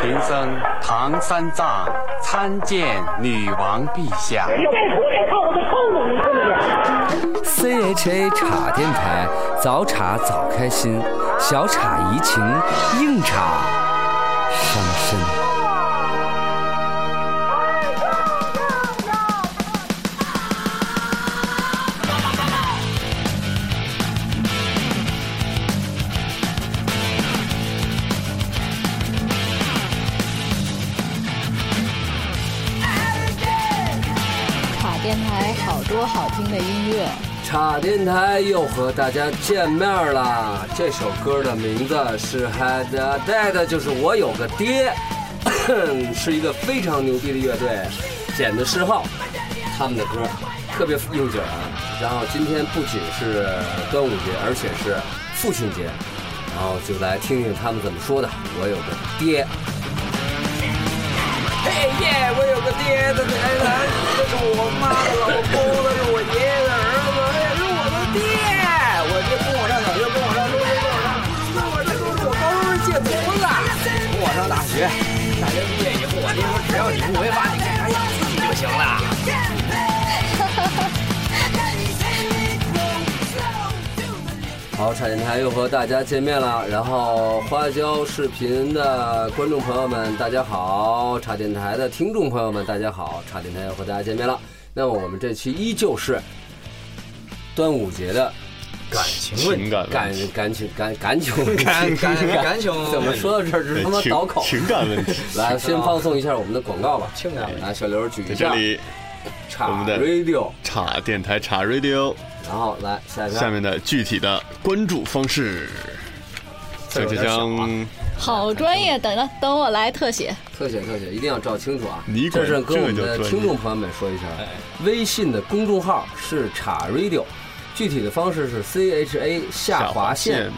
哎僧唐三藏参见女王陛下。 CHA 茶电台，早茶早开心，小茶怡情，硬茶伤身。卡电台好多好听的音乐，茶电台又和大家见面啦！这首歌的名字是《Had a Dad》，就是我有个爹， 是一个非常牛逼的乐队，简的嗜好，他们的歌特别应景啊。然后今天不仅是端午节，而且是父亲节，然后就来听听他们怎么说的。我有个爹。嘿耶！我有个爹，他来来，这是我妈的老公，他是我爷爷的儿子，哎呀，是我的爹！我这跟我上小学，跟我上中学，跟我上，跟我这都是我高中借结婚了，跟我上大学，大学毕业以后，我爹说只要你不违法，你干啥你自己就行了。好，产电台又和大家见面了。然后花椒视频的观众朋友们，大家好；茶电台的听众朋友们，大家好。茶电台又和大家见面了。那么我们这期依旧是端午节的感情问题情感感问题感情感感情感感感感情问题怎么说到这儿这是他妈对情倒口？情感 问题。来，先放送一下我们的广告吧。情感问题来，小刘举在一这下里，我茶们的 radio，茶电台茶 radio 然后来下一下个。面的具体的关注方式，这这有就点小啊将好专业。等等等我来特写，特写特写，一定要照清楚啊！你这管是跟我们这个的叫专业哎听众朋友们说一下，微信的公众号是茶 radio，具体的方式是 C H A 下划线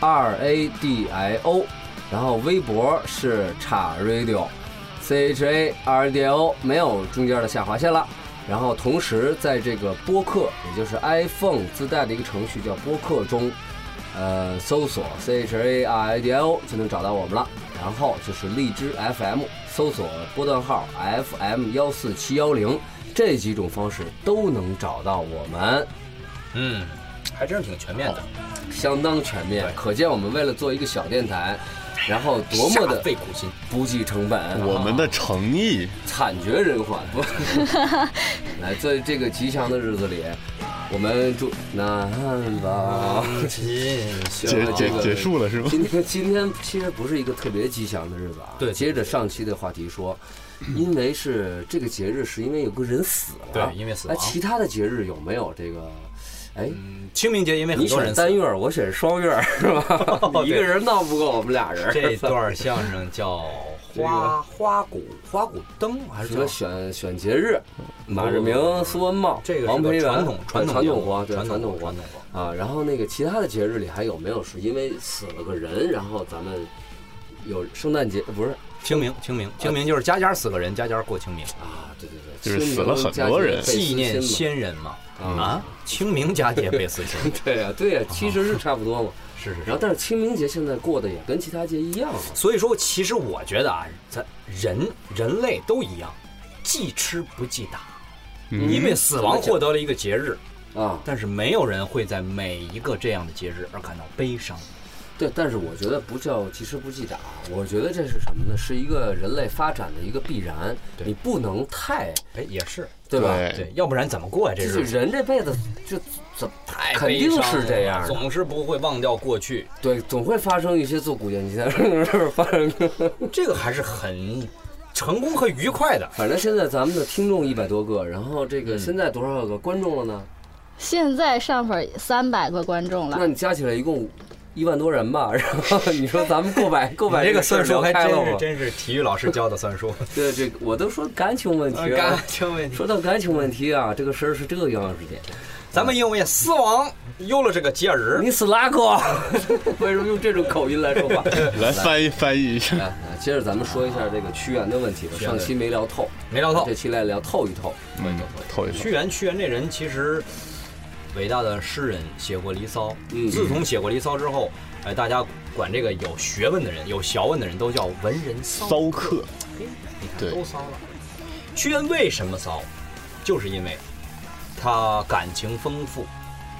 R A D I O，然后微博是茶 radio。C H A R D O 没有中间的下划线了。然后同时在这个播客，也就是 iPhone 自带的一个程序叫播客中，呃，搜索 C H A R I D I O 就能找到我们了。然后就是荔枝 FM 搜索波段号 F M 幺四七幺零，这几种方式都能找到我们，嗯，还真是挺全面的，相当全面。可见我们为了做一个小电台，然后多么下的费苦心。不计成本。啊我们的诚意，啊惨绝人寰。 来，在这个吉祥的日子里，我们祝南方。结这结个结束了是吗？今天今天其实不是一个特别吉祥的日子啊。对接着上期的话题 说，因为是这个节日，是因为有个人死了。对因为死哎，亡其他的节日有没有这个？哎，嗯清明节因为很你多选人单死月，我选双月， 是吧？你一个人闹不过我们俩人。 这段相声 叫花花鼓花鼓灯还是什么叫？选选节日，马志明、苏文茂、哦这个王是培个元呃传统传传统统活，对传传统统活活传统活。啊。然后那个其他的节日里还有没有是因为死了个人，然后咱们有圣诞节不是清明清明清明就是家家死个人，家家过清明，啊？对对对，就是清明死了很多人佳节倍思纪念亲先人嘛。嗯啊，清明佳节倍思亲， 嘛。对呀、对呀、啊其实是差不多嘛。是是然是。后但是清明节现在过得也跟其他节一样了。所以说，其实我觉得啊，咱人人类都一样，忌吃不忌打，因为死亡获得了一个节日，啊，但是没有人会在每一个这样的节日而感到悲伤。对，但是我觉得不叫及时不记打，我觉得这是什么呢？是一个人类发展的一个必然，对你不能太，哎，也是，对吧？对对，要不然怎么过呀、这就是日子人这辈子就怎么太肯悲定伤是了这样的总是不会忘掉过去。对，总会发生一些做古剑奇谭的事儿发 生。这个还是很成功和愉快的。反正现在咱们的听众一百多个，然后这嗯个现在多少个观众了呢？现在上粉三百个观众那了，你加起来一共一万多人吧？然后你说咱们过 百过百你这个事儿算术还聊开了真是吗？真是体育老师教的 算术，对，这个我都说感情问题嗯 了。情问题。说到感情问题啊，这个事儿是这个样式的。咱们因为死亡有了这个节日，你是哪个？ 为什么用这种口音来说话？ 来翻译翻译一下，来，来接着咱们说一下这个屈原的问题吧。原上的期没聊透，没聊到这期来聊透一透。嗯，透一下屈。原，屈原这人其实伟大的诗人写过《离骚》，嗯自从写过《离骚》之后，哎，大家管这个有学问的人、有学问的人都叫文人骚骚客，嘿你看对都骚了。屈原为什么骚？就是因为他感情丰富，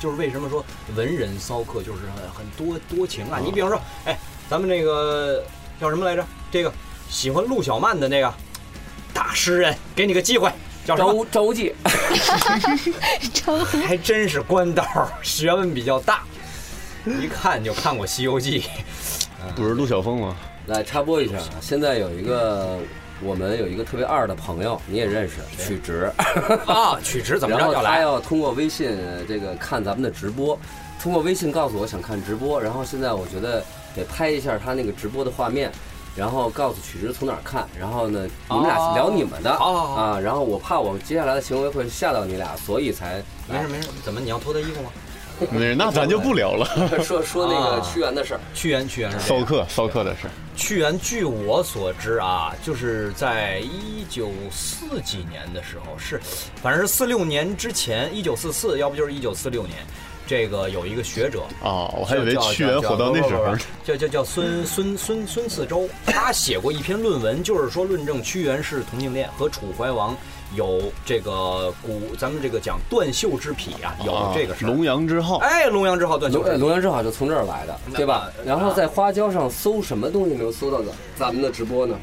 就是为什么说文人骚客就是很很多多情嗯啊。你比方说，哎，咱们那个叫什么来着？这个喜欢陆小曼的那个大诗人，给你个机会，叫什么？周周记，周还真是官道儿，学问比较大，一看就看过《西游记》。不是陆小凤 吗？来插播一下，啊，现在有一个我们有一个特别二的朋友，你也认识，曲直，啊，曲直怎么然着后要他来？要通过微信呃这个看咱们的直播，通过微信告诉我想看直播，然后现在我觉得得拍一下他那个直播的画面，然后告诉曲直从哪儿看，然后呢你们哦俩聊你们的好好好啊，然后我怕我接下来的行为会吓到你俩，所以才没事没事，怎么你要脱他衣服吗？没事，那咱就不聊了。 说说那个啊屈原的事儿，屈原，屈原是谁骚？客，骚客的事儿，屈原，据我所知啊，就是在一九四几年的时候，是，反正是四六年之前，一九四四，要不就是一九四六年，这个有一个学者，哦，我还以为屈原活到那时候呢。叫叫叫孙孙孙孙四周，他写过一篇论文，就是说论证屈原是同性恋和楚怀王有这个古咱们这个讲断袖之癖啊，有啊这个事儿。龙阳之好，哎，龙阳之好断袖龙之呃癖，龙阳之好就从这儿来的，对吧？那然后在花椒上搜什么东西能搜到咱咱们的直播呢？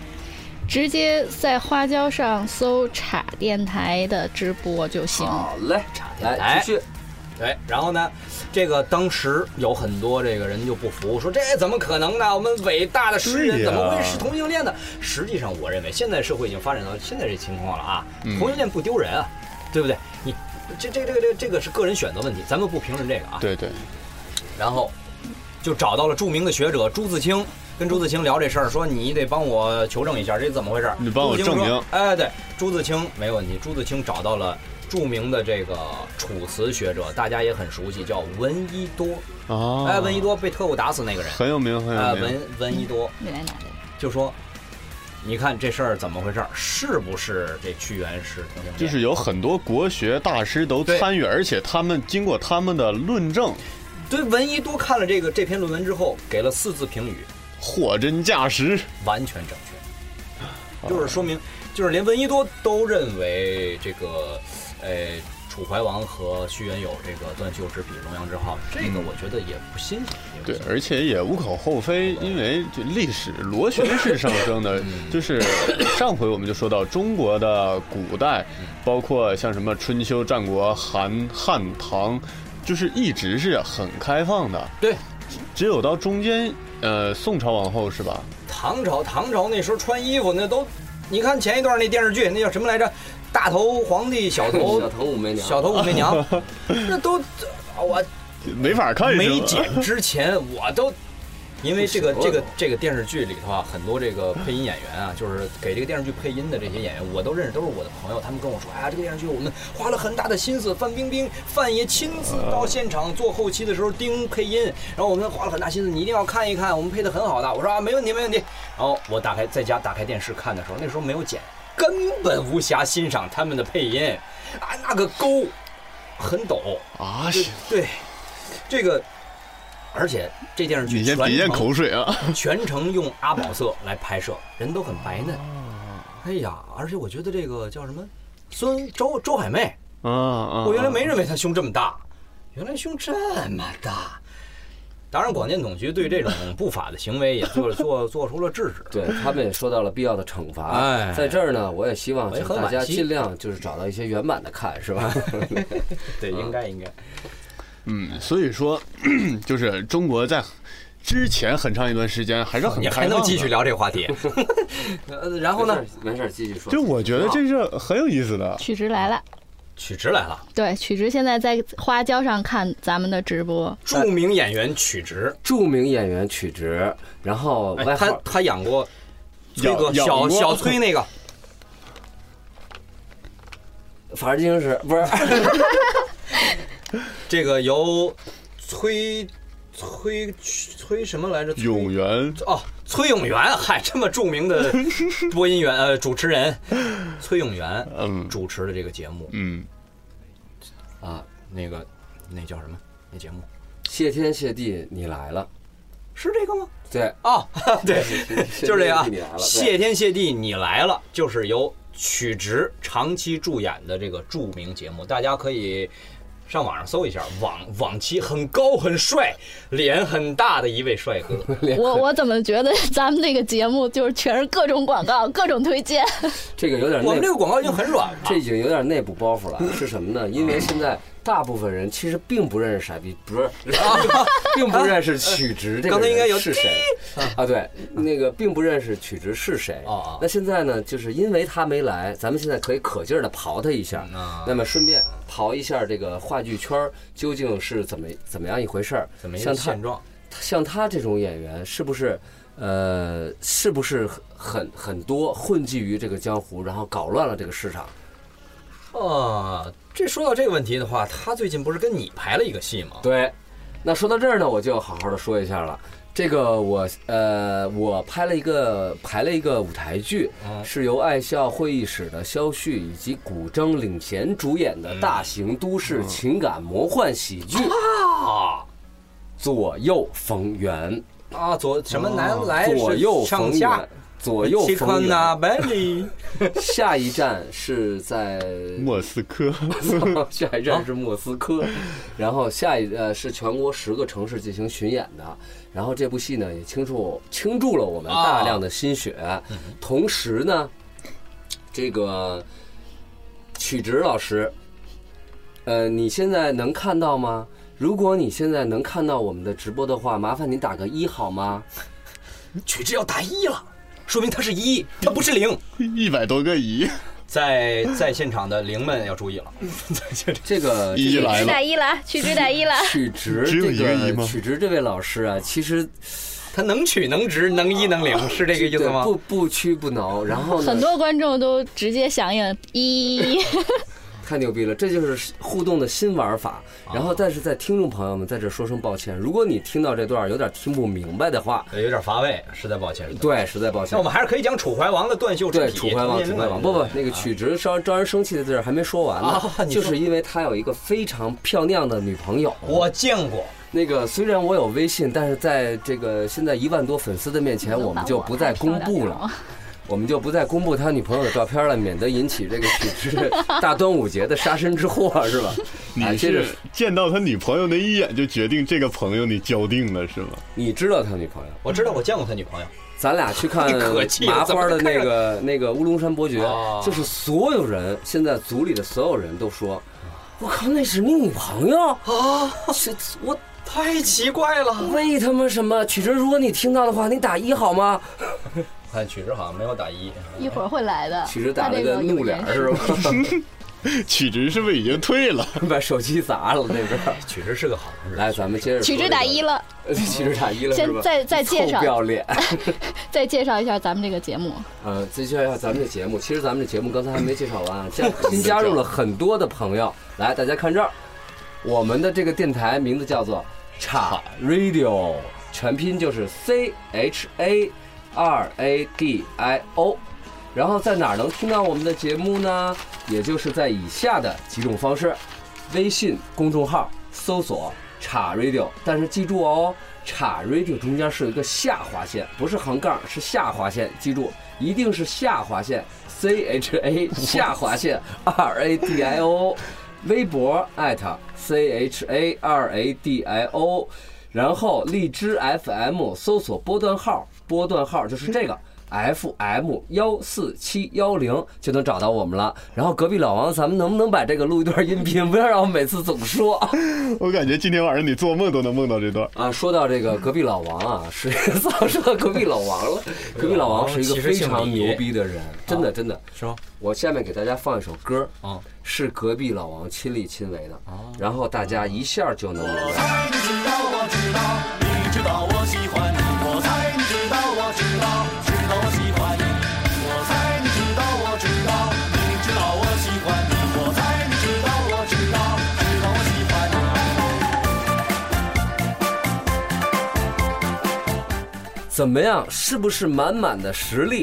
直接在花椒上搜“叉电台”的直播就行。好嘞，电台来继续。哎，然后呢，这个当时有很多这个人就不服，说这怎么可能呢？我们伟大的诗对人呀怎么会是同性恋呢？实际上，我认为现在社会已经发展到现在这情况了啊，嗯同性恋不丢人啊，对不对？你这这这个这个这个是个人选择问题，咱们不评论这个啊。对对，然后就找到了著名的学者朱自清，跟朱自清聊这事儿，说你得帮我求证一下，这怎么回事儿？你帮我朱自清说证明哎，对，朱自清没问题。朱自清找到了著名的这个楚辞学者，大家也很熟悉，叫闻一多。哦，哎，闻一多被特务打死那个人。很有名，很哎，有名闻。闻一多你来拿这就说。你看这事儿怎么回事儿？是不是这屈原是同性恋？就是有很多国学大师都对参与，而且他们经过他们的论证，对闻一多看了这个这篇论文之后，给了四字评语：货真价实。完全正确，就是说明，就是连闻一多都认为这个，呃，楚怀王和屈原有这个断袖之癖、龙阳之好，这个我觉得也不新鲜。也不对新，鲜而且也无可厚非，因为这历史螺旋式上升的，嗯就是上回我们就说到中国的古代，嗯包括像什么春秋、战国、韩、汉、唐，就是一直是很开放的，对，只有到中间，呃，宋朝往后是吧？唐朝，唐朝那时候穿衣服那都，你看前一段那电视剧，那叫什么来着？大头皇帝，小 头小头武媚娘，小头武媚娘，那都哦我没法看，没是吧剪之前，我都因为这个不这舍得个这个电视剧里头啊，很多这个配音演员啊，就是给这个电视剧配音的这些演员，我都认识，都是我的朋友。他们跟我说，哎呀，这个电视剧我们花了很大的心思，范冰冰、范爷亲自到现场做后期的时候盯配音，然后我们花了很大心思，你一定要看一看，我们配的很好的。我说啊，没问题，没问题。然后我打开在家打开电视看的时候，那时候没有剪，根本无暇欣赏他们的配音，啊，那个沟很陡。啊！对行对，这个，而且这电视剧你先全别咽程口水啊！ 全程用阿宝色来拍摄，人都很白嫩。哎呀，而且我觉得这个叫什么，孙周周海媚，啊啊！我原来没认为她胸这么大，原来胸这么大。当然，广电总局对 这种不法的行为也做了做做出了制止。 对他们也受到了必要的惩罚。哎在这儿呢，我也希望我也请很惋惜大家尽量就是找到一些原版的看，是吧？对，应该应该。啊嗯，所以说， 就是中国在之前很长一段时间还是很你还开放能的继续聊这个 话题？呃 然后呢，没事儿，继续说就。我觉得这是很有意思的。曲直来了，曲直来了，对，曲直现在在花椒上看咱们的直播。著名演员曲直，著名演员曲直，然后哎外他号他演过崔养哥养小过小崔那个，法制进行时不是这个由崔崔崔什么来着？崔永元哦，崔永元，嗨，这么著名的播音员呃主持 人，崔永元嗯主持的这个节目，嗯，啊，那个那叫什么？那节目谢天谢地你来了，嗯是这个吗？对，啊， 对，就是这个啊谢天谢地你来了，对谢天谢地你来了，就是由曲直长期助演的这个著名节目，大家可以上网上搜一下，往往期很高很帅，脸很大的一位帅哥， 我我怎么觉得咱们这个节目就是全是各种广告、各种推荐？这个有点我们内这个广告已经很软了，这已经有点内部包袱了，是什么呢？因为现在大部分人其实并不认识傻逼，不是， 并不认识曲直这个刚才应该有人是谁啊？对，那个并不认识曲直是谁哦哦那现在呢，就是因为他没来，咱们现在可以可劲儿的刨他一下嗯啊，那么顺便刨一下这个话剧圈儿究竟是怎么怎么样一回事儿？怎么一像个他现状？像他这种演员，是不是呃，是不是很很多混迹于这个江湖，然后搞乱了这个市场？啊，这说到这个问题的话，他最近不是跟你拍了一个戏吗？对，那说到这儿呢，我就好好的说一下了。这个我呃，我拍了一个排了一个舞台剧，嗯是由爱笑会议室的肖旭以及古筝领衔主演嗯的大型都市情感魔幻喜剧《啊左右逢源哦啊，左什么南来》，是左右上逢下源，，左右切逢宽呐，源。百里。 下一站是在莫斯科， 下一站是莫斯科，然后下一呃是全国十个城市进行巡演的。然后这部戏呢也倾注倾注了我们啊大量的心血，同时呢，这个曲直老师，呃，你现在能看到吗？如果你现在能看到我们的直播的话，麻烦你打个一好吗？曲直要打一了，说明他是一，他不是零。一百多个亿，在在现场的零们要注意了， 在现场这个一这个来去了 打，一了，去直打一了。曲直只有一个这一吗曲直这位老师啊，其实他能曲能直能一 能零，是这个意思对吗？不不屈不挠，然后呢，很多观众都直接响应一，太牛逼了，这就是互动的新玩法。然后，但是在听众朋友们在这说声抱歉，如果你听到这段有点听不明白的话，有点乏味，实在抱歉。实在抱歉对，实在抱那歉我。们还是可以讲楚怀王的断袖之对，体。楚怀王，楚怀王，不不，那个曲直招招人生气的地儿还没说完啊呢，你就说是因为他有一个非常漂亮的女朋友。我见过，那个虽然我有微信，但是在这个现在一万多粉丝的面前，我们就不再公布了。我们就不再公布他女朋友的照片了，免得引起这个曲直大端午节的杀身之祸，是吧？啊你接着是见到他女朋友那一眼就决定这个朋友你交定了是吗？你知道他女朋友？我知道我见过他女朋友。咱俩去 看可气了麻花的那个那个乌龙山伯爵啊，就是所有人现在组里的所有人都说，啊我靠，那是你女朋友啊！是我太奇怪了，为他妈什么？曲直，如果你听到的话，你打一好吗？看曲直好像没有打一，一会儿会来的。曲直打他了这个怒脸有儿是吧？ 曲直是不是已经退了？ 把手机砸了那边儿。曲直是个好同志。来，咱们接着说 曲直打一了，了， 曲直打一了是先吧？再再介臭不绍要脸。再介绍一下咱们这个节目。呃，再介绍一下咱们的节目。其实咱们的节目刚才还没介绍完啊，加新加入了很多的朋友。来，大家看这儿，我们的这个电台名字叫做叉 Radio，全拼就是 C H A R A D I O。然后在哪儿能听到我们的节目呢？也就是在以下的几种方式：微信公众号搜索“叉 radio”，但是记住哦，叉 radio 中间是有一个下划线，不是横杠，是下划线，记住，一定是下划线 C H A 下划线 R A D I O。微博艾特 C H A R A D I O，然后荔枝 FM 搜索波段号，波段号就是这个 FM 幺四七幺零就能找到我们了。然后隔壁老王，咱们能不能把这个录一段音频？不要让我每次总说 我感觉今天晚上你做梦都能梦到这段。啊。说到这个隔壁老王啊，是早说到隔壁老王了。隔壁老王是一个非常牛逼的人，真的真的。是吗？我下面给大家放一首歌，嗯是隔壁老王亲力亲为的，然后大家一下就能明白。你知道我知道，你知道我喜欢你，我猜你知道我知道，知道我喜欢你，我猜你知道我知道，你知道我喜欢你，我猜你知道我知道，知道我喜欢你。怎么样？是不是满满的实力？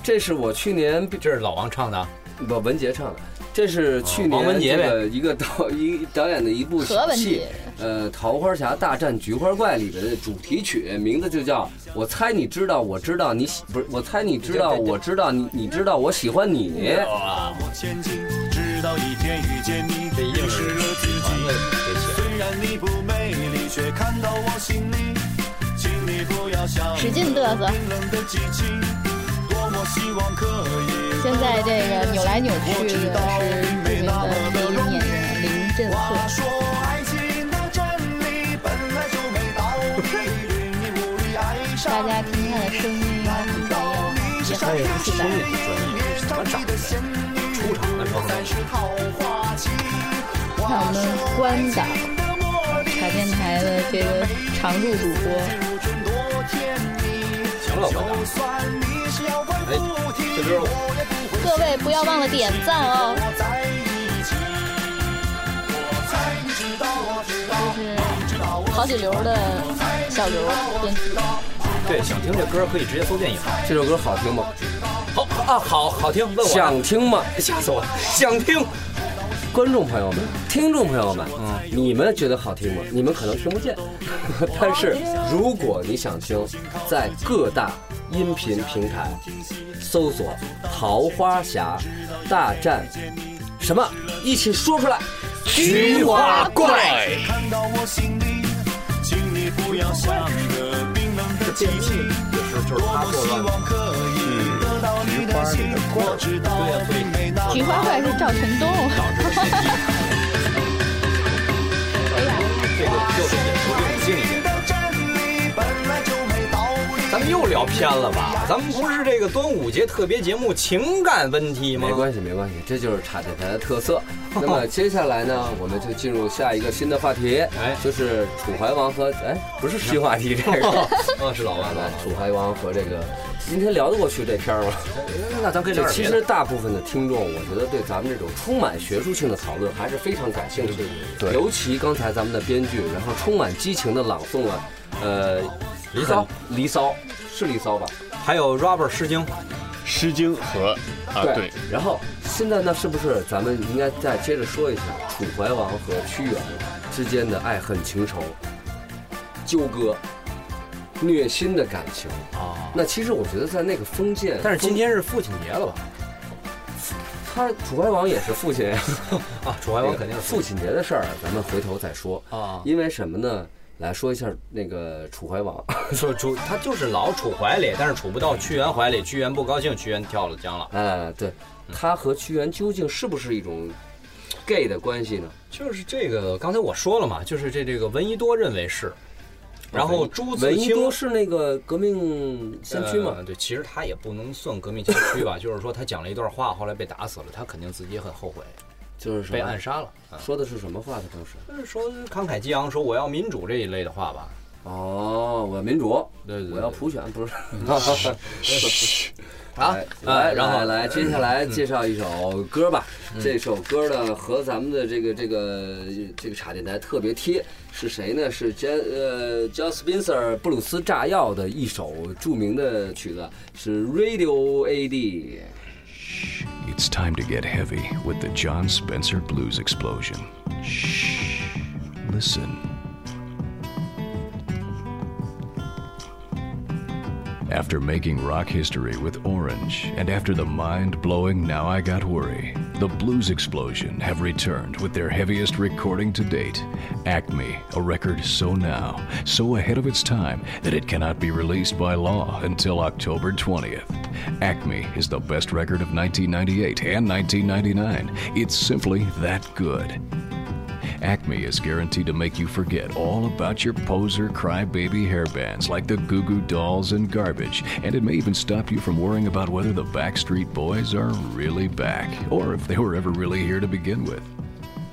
这是我去年这是老王唱的啊，不文杰唱的，这是去哦王文年杰这呗个一个导一导演的一部何文戏杰，呃，《桃花侠大战菊花怪》里边的主题曲，名字就叫《我猜你知道我知道你喜》，不是我猜你知道我知道你你知道我喜欢你。哇，我前进，直到一天遇见你，这一定迷失是了自喜欢己的。这些。虽然你不美丽，却看到我心里，请你不要想使劲嘚瑟冰冷的激情，多么希望可以。现在这个扭来扭去的是著名的配音演员林振赫。话说爱情的真理本来就没道理，云里雾里爱上大家听他的声音应该比较阳光，也很有气感。出场的时候呢，看我们关岛茶电台的这个常驻主播，行了，我打。哎，这时候各位不要忘了点赞哦。就是好几流的小刘编辑，对想听这歌可以直接搜电影。这首歌好听吗？好啊，好好听，问我想听吗？吓死我了，想听。观众朋友们、听众朋友们，嗯你们觉得好听吗？你们可能听不见， 但是如果你想听，在各大音频平台搜索“桃花侠大战”，什么一起说出来，菊花怪。看到我心里，请你不要想着冰冷的激情。就是就是他做希的，望可以得到你的心，我知道你没那么菊花怪是赵晨东。哎呀，这个又得演出更精一点。咱们又聊偏了吧？咱们不是这个端午节特别节目情感问题吗没？关系，没关系，这就是茶电台的特 色。那么接下来呢，我们就进入下一个新的话题，哎就是楚怀王和哎，不是新话题，这 个啊，是老好外吧了。，楚怀哦王和这个，今天聊得过去这片儿吗？那咱可以聊这点其别实的。大部分的听众，我觉得对咱们这种充满学术性的讨论还是非常感兴趣的。对尤其刚才咱们的编剧，然后充满激情的朗诵了，呃，离骚很，离骚是离骚吧？还有 Robert 诗经， 《诗经》和啊对，然后现在呢，是不是咱们应该再接着说一下楚怀王和屈原之间的爱恨情仇、纠葛、虐心的感情？啊。那其实我觉得在那个封建，但是今天是父亲节了吧？他楚怀王也是父亲呀，啊，楚怀王肯定是父亲节的事儿，咱们回头再说。啊。因为什么呢？来说一下那个楚怀王，说楚他就是老楚怀里，但是楚不到屈原怀里，屈原不高兴，屈原跳了江了。哎，对，他和屈原究竟是不是一种 gay 的关系呢？就是这个，刚才我说了嘛，就是这这个闻一多认为是，然后朱自闻一清多是那个革命先驱嘛呃？对，其实他也不能算革命先驱吧，就是说他讲了一段话，后来被打死了，他肯定自己也很后悔，就是什么被暗杀了。啊，说的是什么话？他当时就是说慷慨激昂，说我要民主这一类的话吧。哦，我要民主，对对对我要普选， 不是哎啊来，呃，来然后嗯来来，接下来介绍一首歌吧。这首歌呢和咱们的这个这个这个茶电台特别贴，是谁呢？是 j 呃 j o s Spencer 布鲁斯炸药的一首著名的曲子，是 Radio AD。 It's time to get heavy with the John Spencer Blues Explosion. Shh. Listen. After making rock history with Orange, and after the mind blowing Now I Got Worry, the Blues Explosion have returned with their heaviest recording to date Acme, a record so now, so ahead of its time that it cannot be released by law until October 20th. Acme is the best record of 1998 and 1999. It's simply that good. Acme is guaranteed to make you forget all about your poser crybaby hairbands like the Goo Goo Dolls and garbage, and it may even stop you from worrying about whether the Backstreet Boys are really back or if they were ever really here to begin with.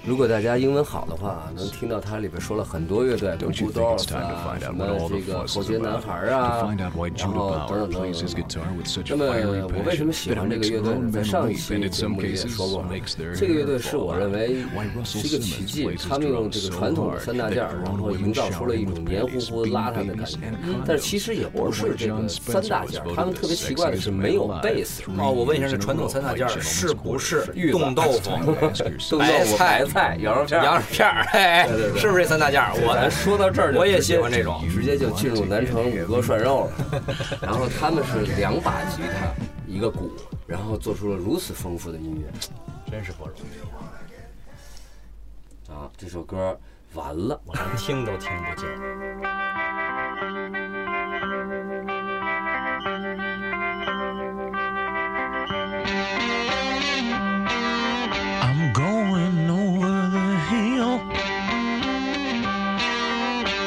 如果大家英文好的话，能听到它里边说了很多乐队，比如 Don't you Blue think it's Doors time to 啊， find 什 out 么 what all 这 the 个 fuss 火 is 箭男孩 about? 啊 To find out why，Judah 然后等等 Bauer 等 plays his 等 guitar with such 那么 fiery 我为什 passion 么喜 that 欢这 it 个 makes 乐队呢？grown 在 men 上一 weep 期 and in 节 some 目里也说 cases 过 makes their 这个乐队 hair 是 fall 我认 out. 为 Why Russell 是一个奇 Simmons 迹 plays his 他们用 drum 这 so 个传统的 hard 三大件 that 儿，然 grown 后 women 营造出了 shower 一 him 种 with 黏糊 babies, 糊 bean 邋遢的感 babies 觉 and 嗯。但是 condoms. 其实也不 Or 是 when 这个 John 三 Spencer 大 was 件儿，他们 voted 特 the 别奇怪的 sexiest 是 man 没有贝 alive 斯， three 哦，我问一下， years 这 in a 传统三大 row 件儿 by Gentleman's 是不 Quarter. 是玉子冻豆腐、 Time to ask 冻 yourself. 豆白腐、菜白菜、羊肉片儿、羊肉片儿？哎对对，对是不是这三大件儿？我咱说到这儿就直接，我也喜欢这种直接就进入南城五哥涮肉 了。然后他们是两把吉他，一个鼓，然后做出了如此丰富的音乐真是不容易，啊！这首歌完了，我连听都听不见。 I'm going over the hill.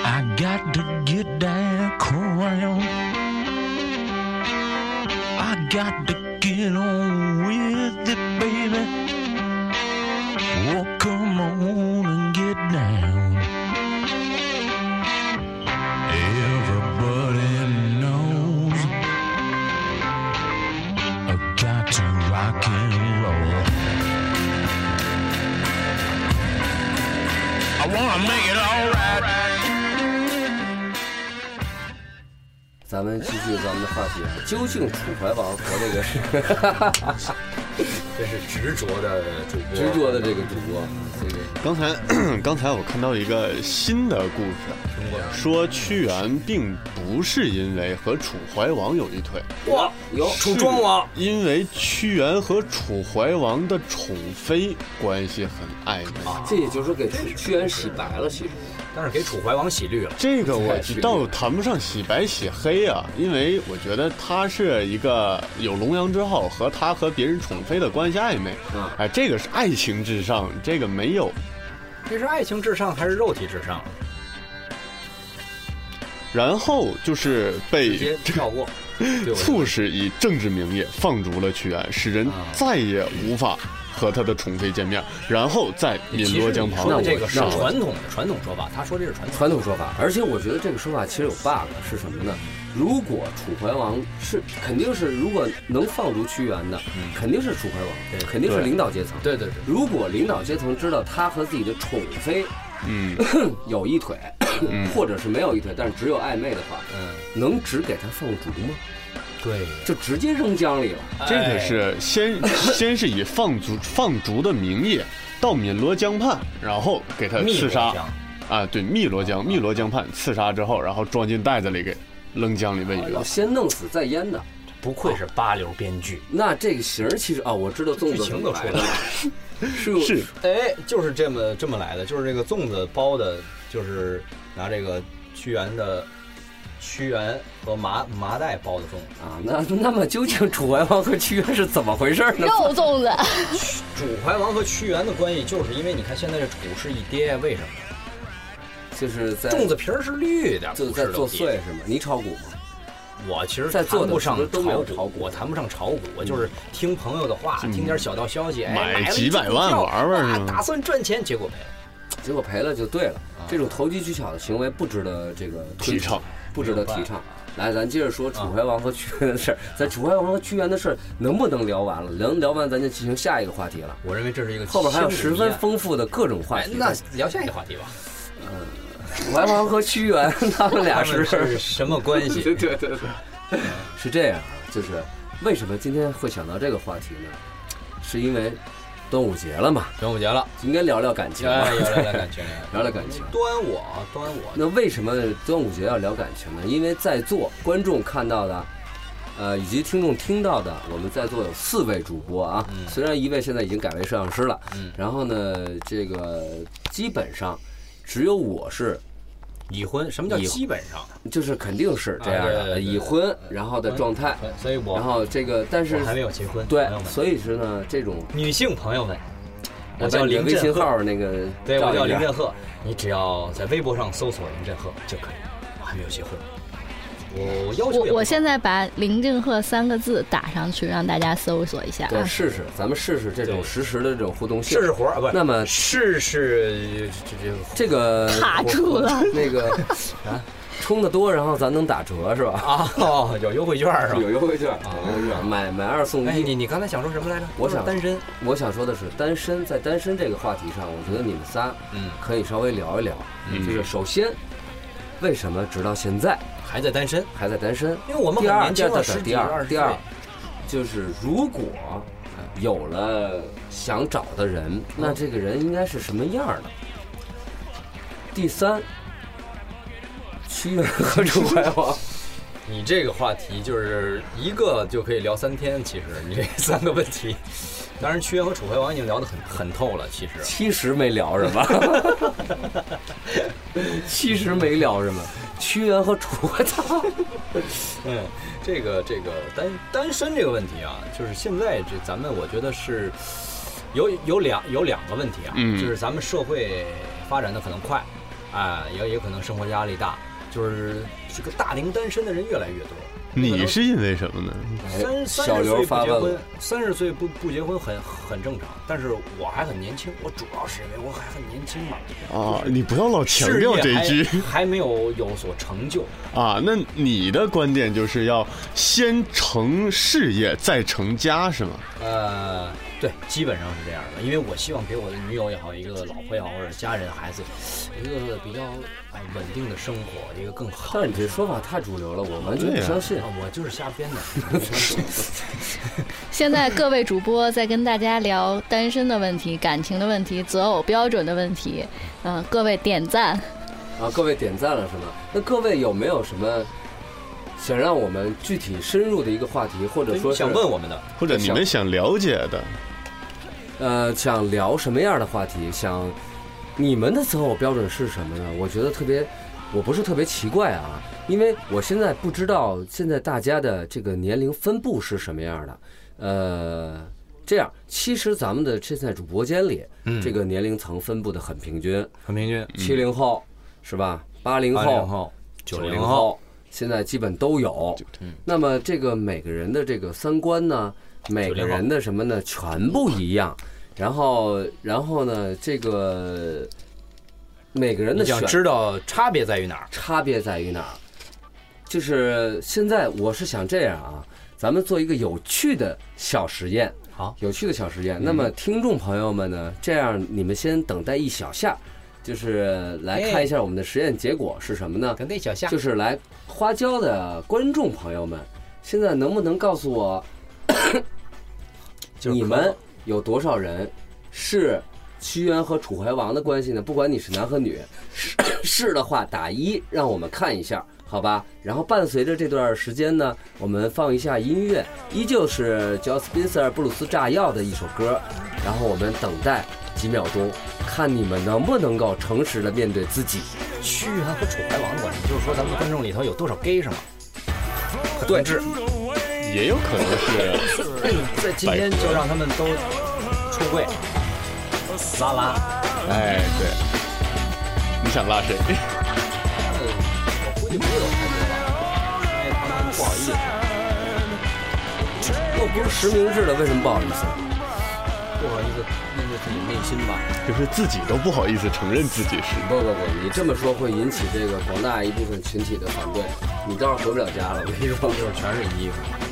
I got to get that crown. I got to get on with it, baby. Oh, come on and get down. Everybody knows I got to rock and roll. I wanna make it alright. 咱们继续咱们的话题啊，究竟楚怀王和这个是这是执着的主 播，执着的这个主播，这个刚才刚才我 看到一个新的故事，说屈原并不是因为和楚怀王有一腿，哇，有楚庄王，因为屈原和楚怀王的宠妃关系很暧啊昧。这也就是给楚屈原洗白了，其实但是给楚怀王洗绿了。这个我太是倒谈不上洗白洗黑啊，因为我觉得他是一个有龙阳之后和他和别人宠妃的关系暧昧嗯，哎，这个是爱情至上，这个没有这是爱情至上还是肉体至上？然后就是直接被跳过。对我促使以政治名义放逐了屈原，使人啊再也无法和他的宠妃见面，然后在汨罗江旁哎那其实你说的这我个是那我传统的传统说法，他说这是传统。传统说法，而且我觉得这个说法其实有 bug，是什么呢？如果楚怀王是肯定是如果能放逐屈原的，肯定是楚怀王，肯定是领导阶层。嗯对对对，如果领导阶层知道他和自己的宠妃嗯， 有一腿， 或者是没有一腿，但是只有暧昧的话，嗯，能只给他放逐吗？对，就直接扔江里了。这个是哎先 先是以放逐放逐的名义到汨罗江畔，然后给他密刺罗杀江啊，对，汨罗江汨罗江畔刺杀之后，然后装进袋子里给扔江里喂哎鱼要了。先弄死再阉的，不愧是八流编剧，那这个型儿其实啊，我知道粽子剧情怎么都出来来的了， 是有是哎，就是这么这么来的，就是这个粽子包的，就是拿这个屈原的屈原和麻麻袋包的粽子。啊，那那么究竟楚怀王和屈原是怎么回事呢？肉粽子，楚怀王和屈原的关系，就是因为你看现在这股市一跌，为什么？就是在粽子皮儿是绿的，就股在市都做跌祟是吗？你炒股吗？我其实在座谈的不其实上都没有炒股股，嗯我谈不上炒股，我就是听朋友的话，听点小道消息，哎，买了几百万一股票玩玩是吗哇打算赚钱，结果没了。结果赔了就对了。啊这种投机取巧的行为不值得这个推崇提倡，不值得提啊倡。来，咱接着说楚怀王和屈原的事儿。咱楚怀王和屈原的事儿能不能聊完了？能聊完，咱就进行下一个话题了。我认为这是一个后边还有心理十分面丰富的各种话哎题。，那聊下一个话题吧。楚怀王和屈 原他们 俩他是们 是什么关系？对对是这样啊，就是为什么今天会想到这个话题呢？是因为端午节了嘛，端午节了，应该聊聊感情嘛，哎，有聊聊感情，聊聊感情。端午啊，端午啊，那为什么端午节要聊感情呢？因为在座观众看到的，呃，以及听众听到的，我们在座有四位主播啊，嗯虽然一位现在已经改为摄像师了，然后呢，这个基本上只有我是，已婚，什么叫已基本上？就是肯定是这样啊对对的对对已婚，然后的状态，所以我然后这个但是我还没有结婚，对朋友，们所以是呢，这种女性朋友们，我把叫你的林微振信赫，号那个对，我照叫一下林振赫，你只要在微博上搜索林振赫就可以。我还没有结婚，我我要求也我不我高现在把“林静鹤”三个字打上去，让大家搜索一下对，啊。试试，咱们试试这种对实时的这种互动性。试试活儿啊，不是那么试试这这这个卡住了， 那个啊，充的多，然后咱能打折是吧？啊， 哦有优惠券儿是吧？优惠券啊，优惠券，买买二送哎，一。你你刚才想说什么来着？我就是想单身，我想说的是，单身在单身这个话题上，我觉得你们仨嗯可以稍微聊一聊。就是首先，为什么直到现在还在单身，还在单身？因为我们第很二，年第轻二，了，第十二几第二二，十第二岁，就是如果有了想找的人，嗯那这个人应该是什么样儿的？第三，屈原 和楚怀王，你这个话题就是一个就可以聊三天，其实你这三个问题，当然屈原和楚怀王已经聊得很很透了，其实。啊其实没聊什么， 其实没聊什么。屈原和楚怀王， 嗯， 这个这个单单身这个问题啊，就是现在这咱们我觉得是有有两有两个问题啊，嗯就是咱们社会发展的可能快，啊、也也可能生活压力大，就是这个大龄单身的人越来越多。你是因为什么呢？三三小十刘岁发不结问婚了，三十岁不不结婚很很正常，但是我还很年轻，我主要是因为我还很年轻嘛，啊，你不要老强事调业这一句还还没有有所成就，啊。那你的观点就是要先成事业，再成家，是吗？呃，对，基本上是这样的，因为我希望给我的女友也好，一个老婆也好，或者家人、孩子，一个比较啊稳定的生活，一个更好但的是你这说法太主流了，我完全不对呀相信。啊，我就是瞎编的。现在各位主播在跟大家聊单身的问题、感情的问题、择偶标准的问题，嗯、各位点赞。啊，各位点赞了是吗？那各位有没有什么想让我们具体深入的一个话题，或者说你是 想问我 们的，或者你们想了解的，呃想聊什么样的话题？想你们的择偶标准是什么呢？我觉得特别，我不是特别奇怪啊，因为我现在不知道现在大家的这个年龄分布是什么样的。呃，这样，其实咱们的这在主播间里，嗯这个年龄层分布的很平均，很平均，七零后是吧？八零嗯零后。后、九零零后，，嗯现在基本都有。那么这个每个人的这个三观呢，每个人的什么呢，全不一样。然后，然后呢，这个每个人你的想选知道差别在于哪儿？差别在于哪儿？就是现在我是想这样啊，咱们做一个有趣的小实验。好有趣的小实验。那么听众朋友们呢，这样你们先等待一小下，就是来看一下我们的实验结果是什么呢？跟那小夏就是来花椒的观众朋友们，现在能不能告诉我， 就是你们有多少人是屈原和楚怀王的关系呢？不管你是男和女， 是是的话打一，让我们看一下，好吧？然后伴随着这段时间呢，我们放一下音乐，依旧是 j o s p i n c e r 布鲁斯炸药的一首歌，然后我们等待几秒钟，看你们能不能够诚实的面对自己。屈原和楚怀王的关系，就是说咱们观众里头有多少 gay 是吗？对，是。也有可能是 在今天就让他们都出柜，拉拉。哎，对，你想拉谁？我估计不会有太多吧，因为哎他们不好意思。又不是实名制的，为什么不好意思？不好意思，那是自己内心吧。就是自己都不好意思承认自己是。不不不，你这么说会引起这个广大一部分群体的反对，你倒是回不了家了。我跟你说，就是全是衣服。嗯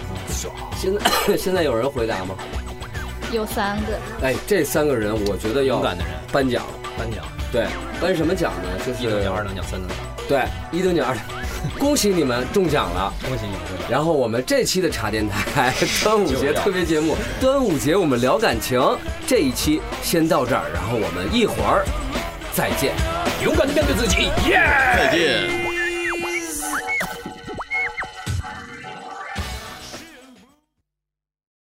现在 现在有人回答吗？有三个，哎，这三个人我觉得要勇敢的人颁奖，颁奖，对，颁什么奖呢？就是一等奖、二等奖、三等奖，对一等 奖二等，恭喜你们中奖了。恭喜你们！然后我们这期的茶电台 端午节特别节目，端午节我们聊感情，这一期先到这儿，然后我们一会儿再见。勇敢的面对自己，耶、再见。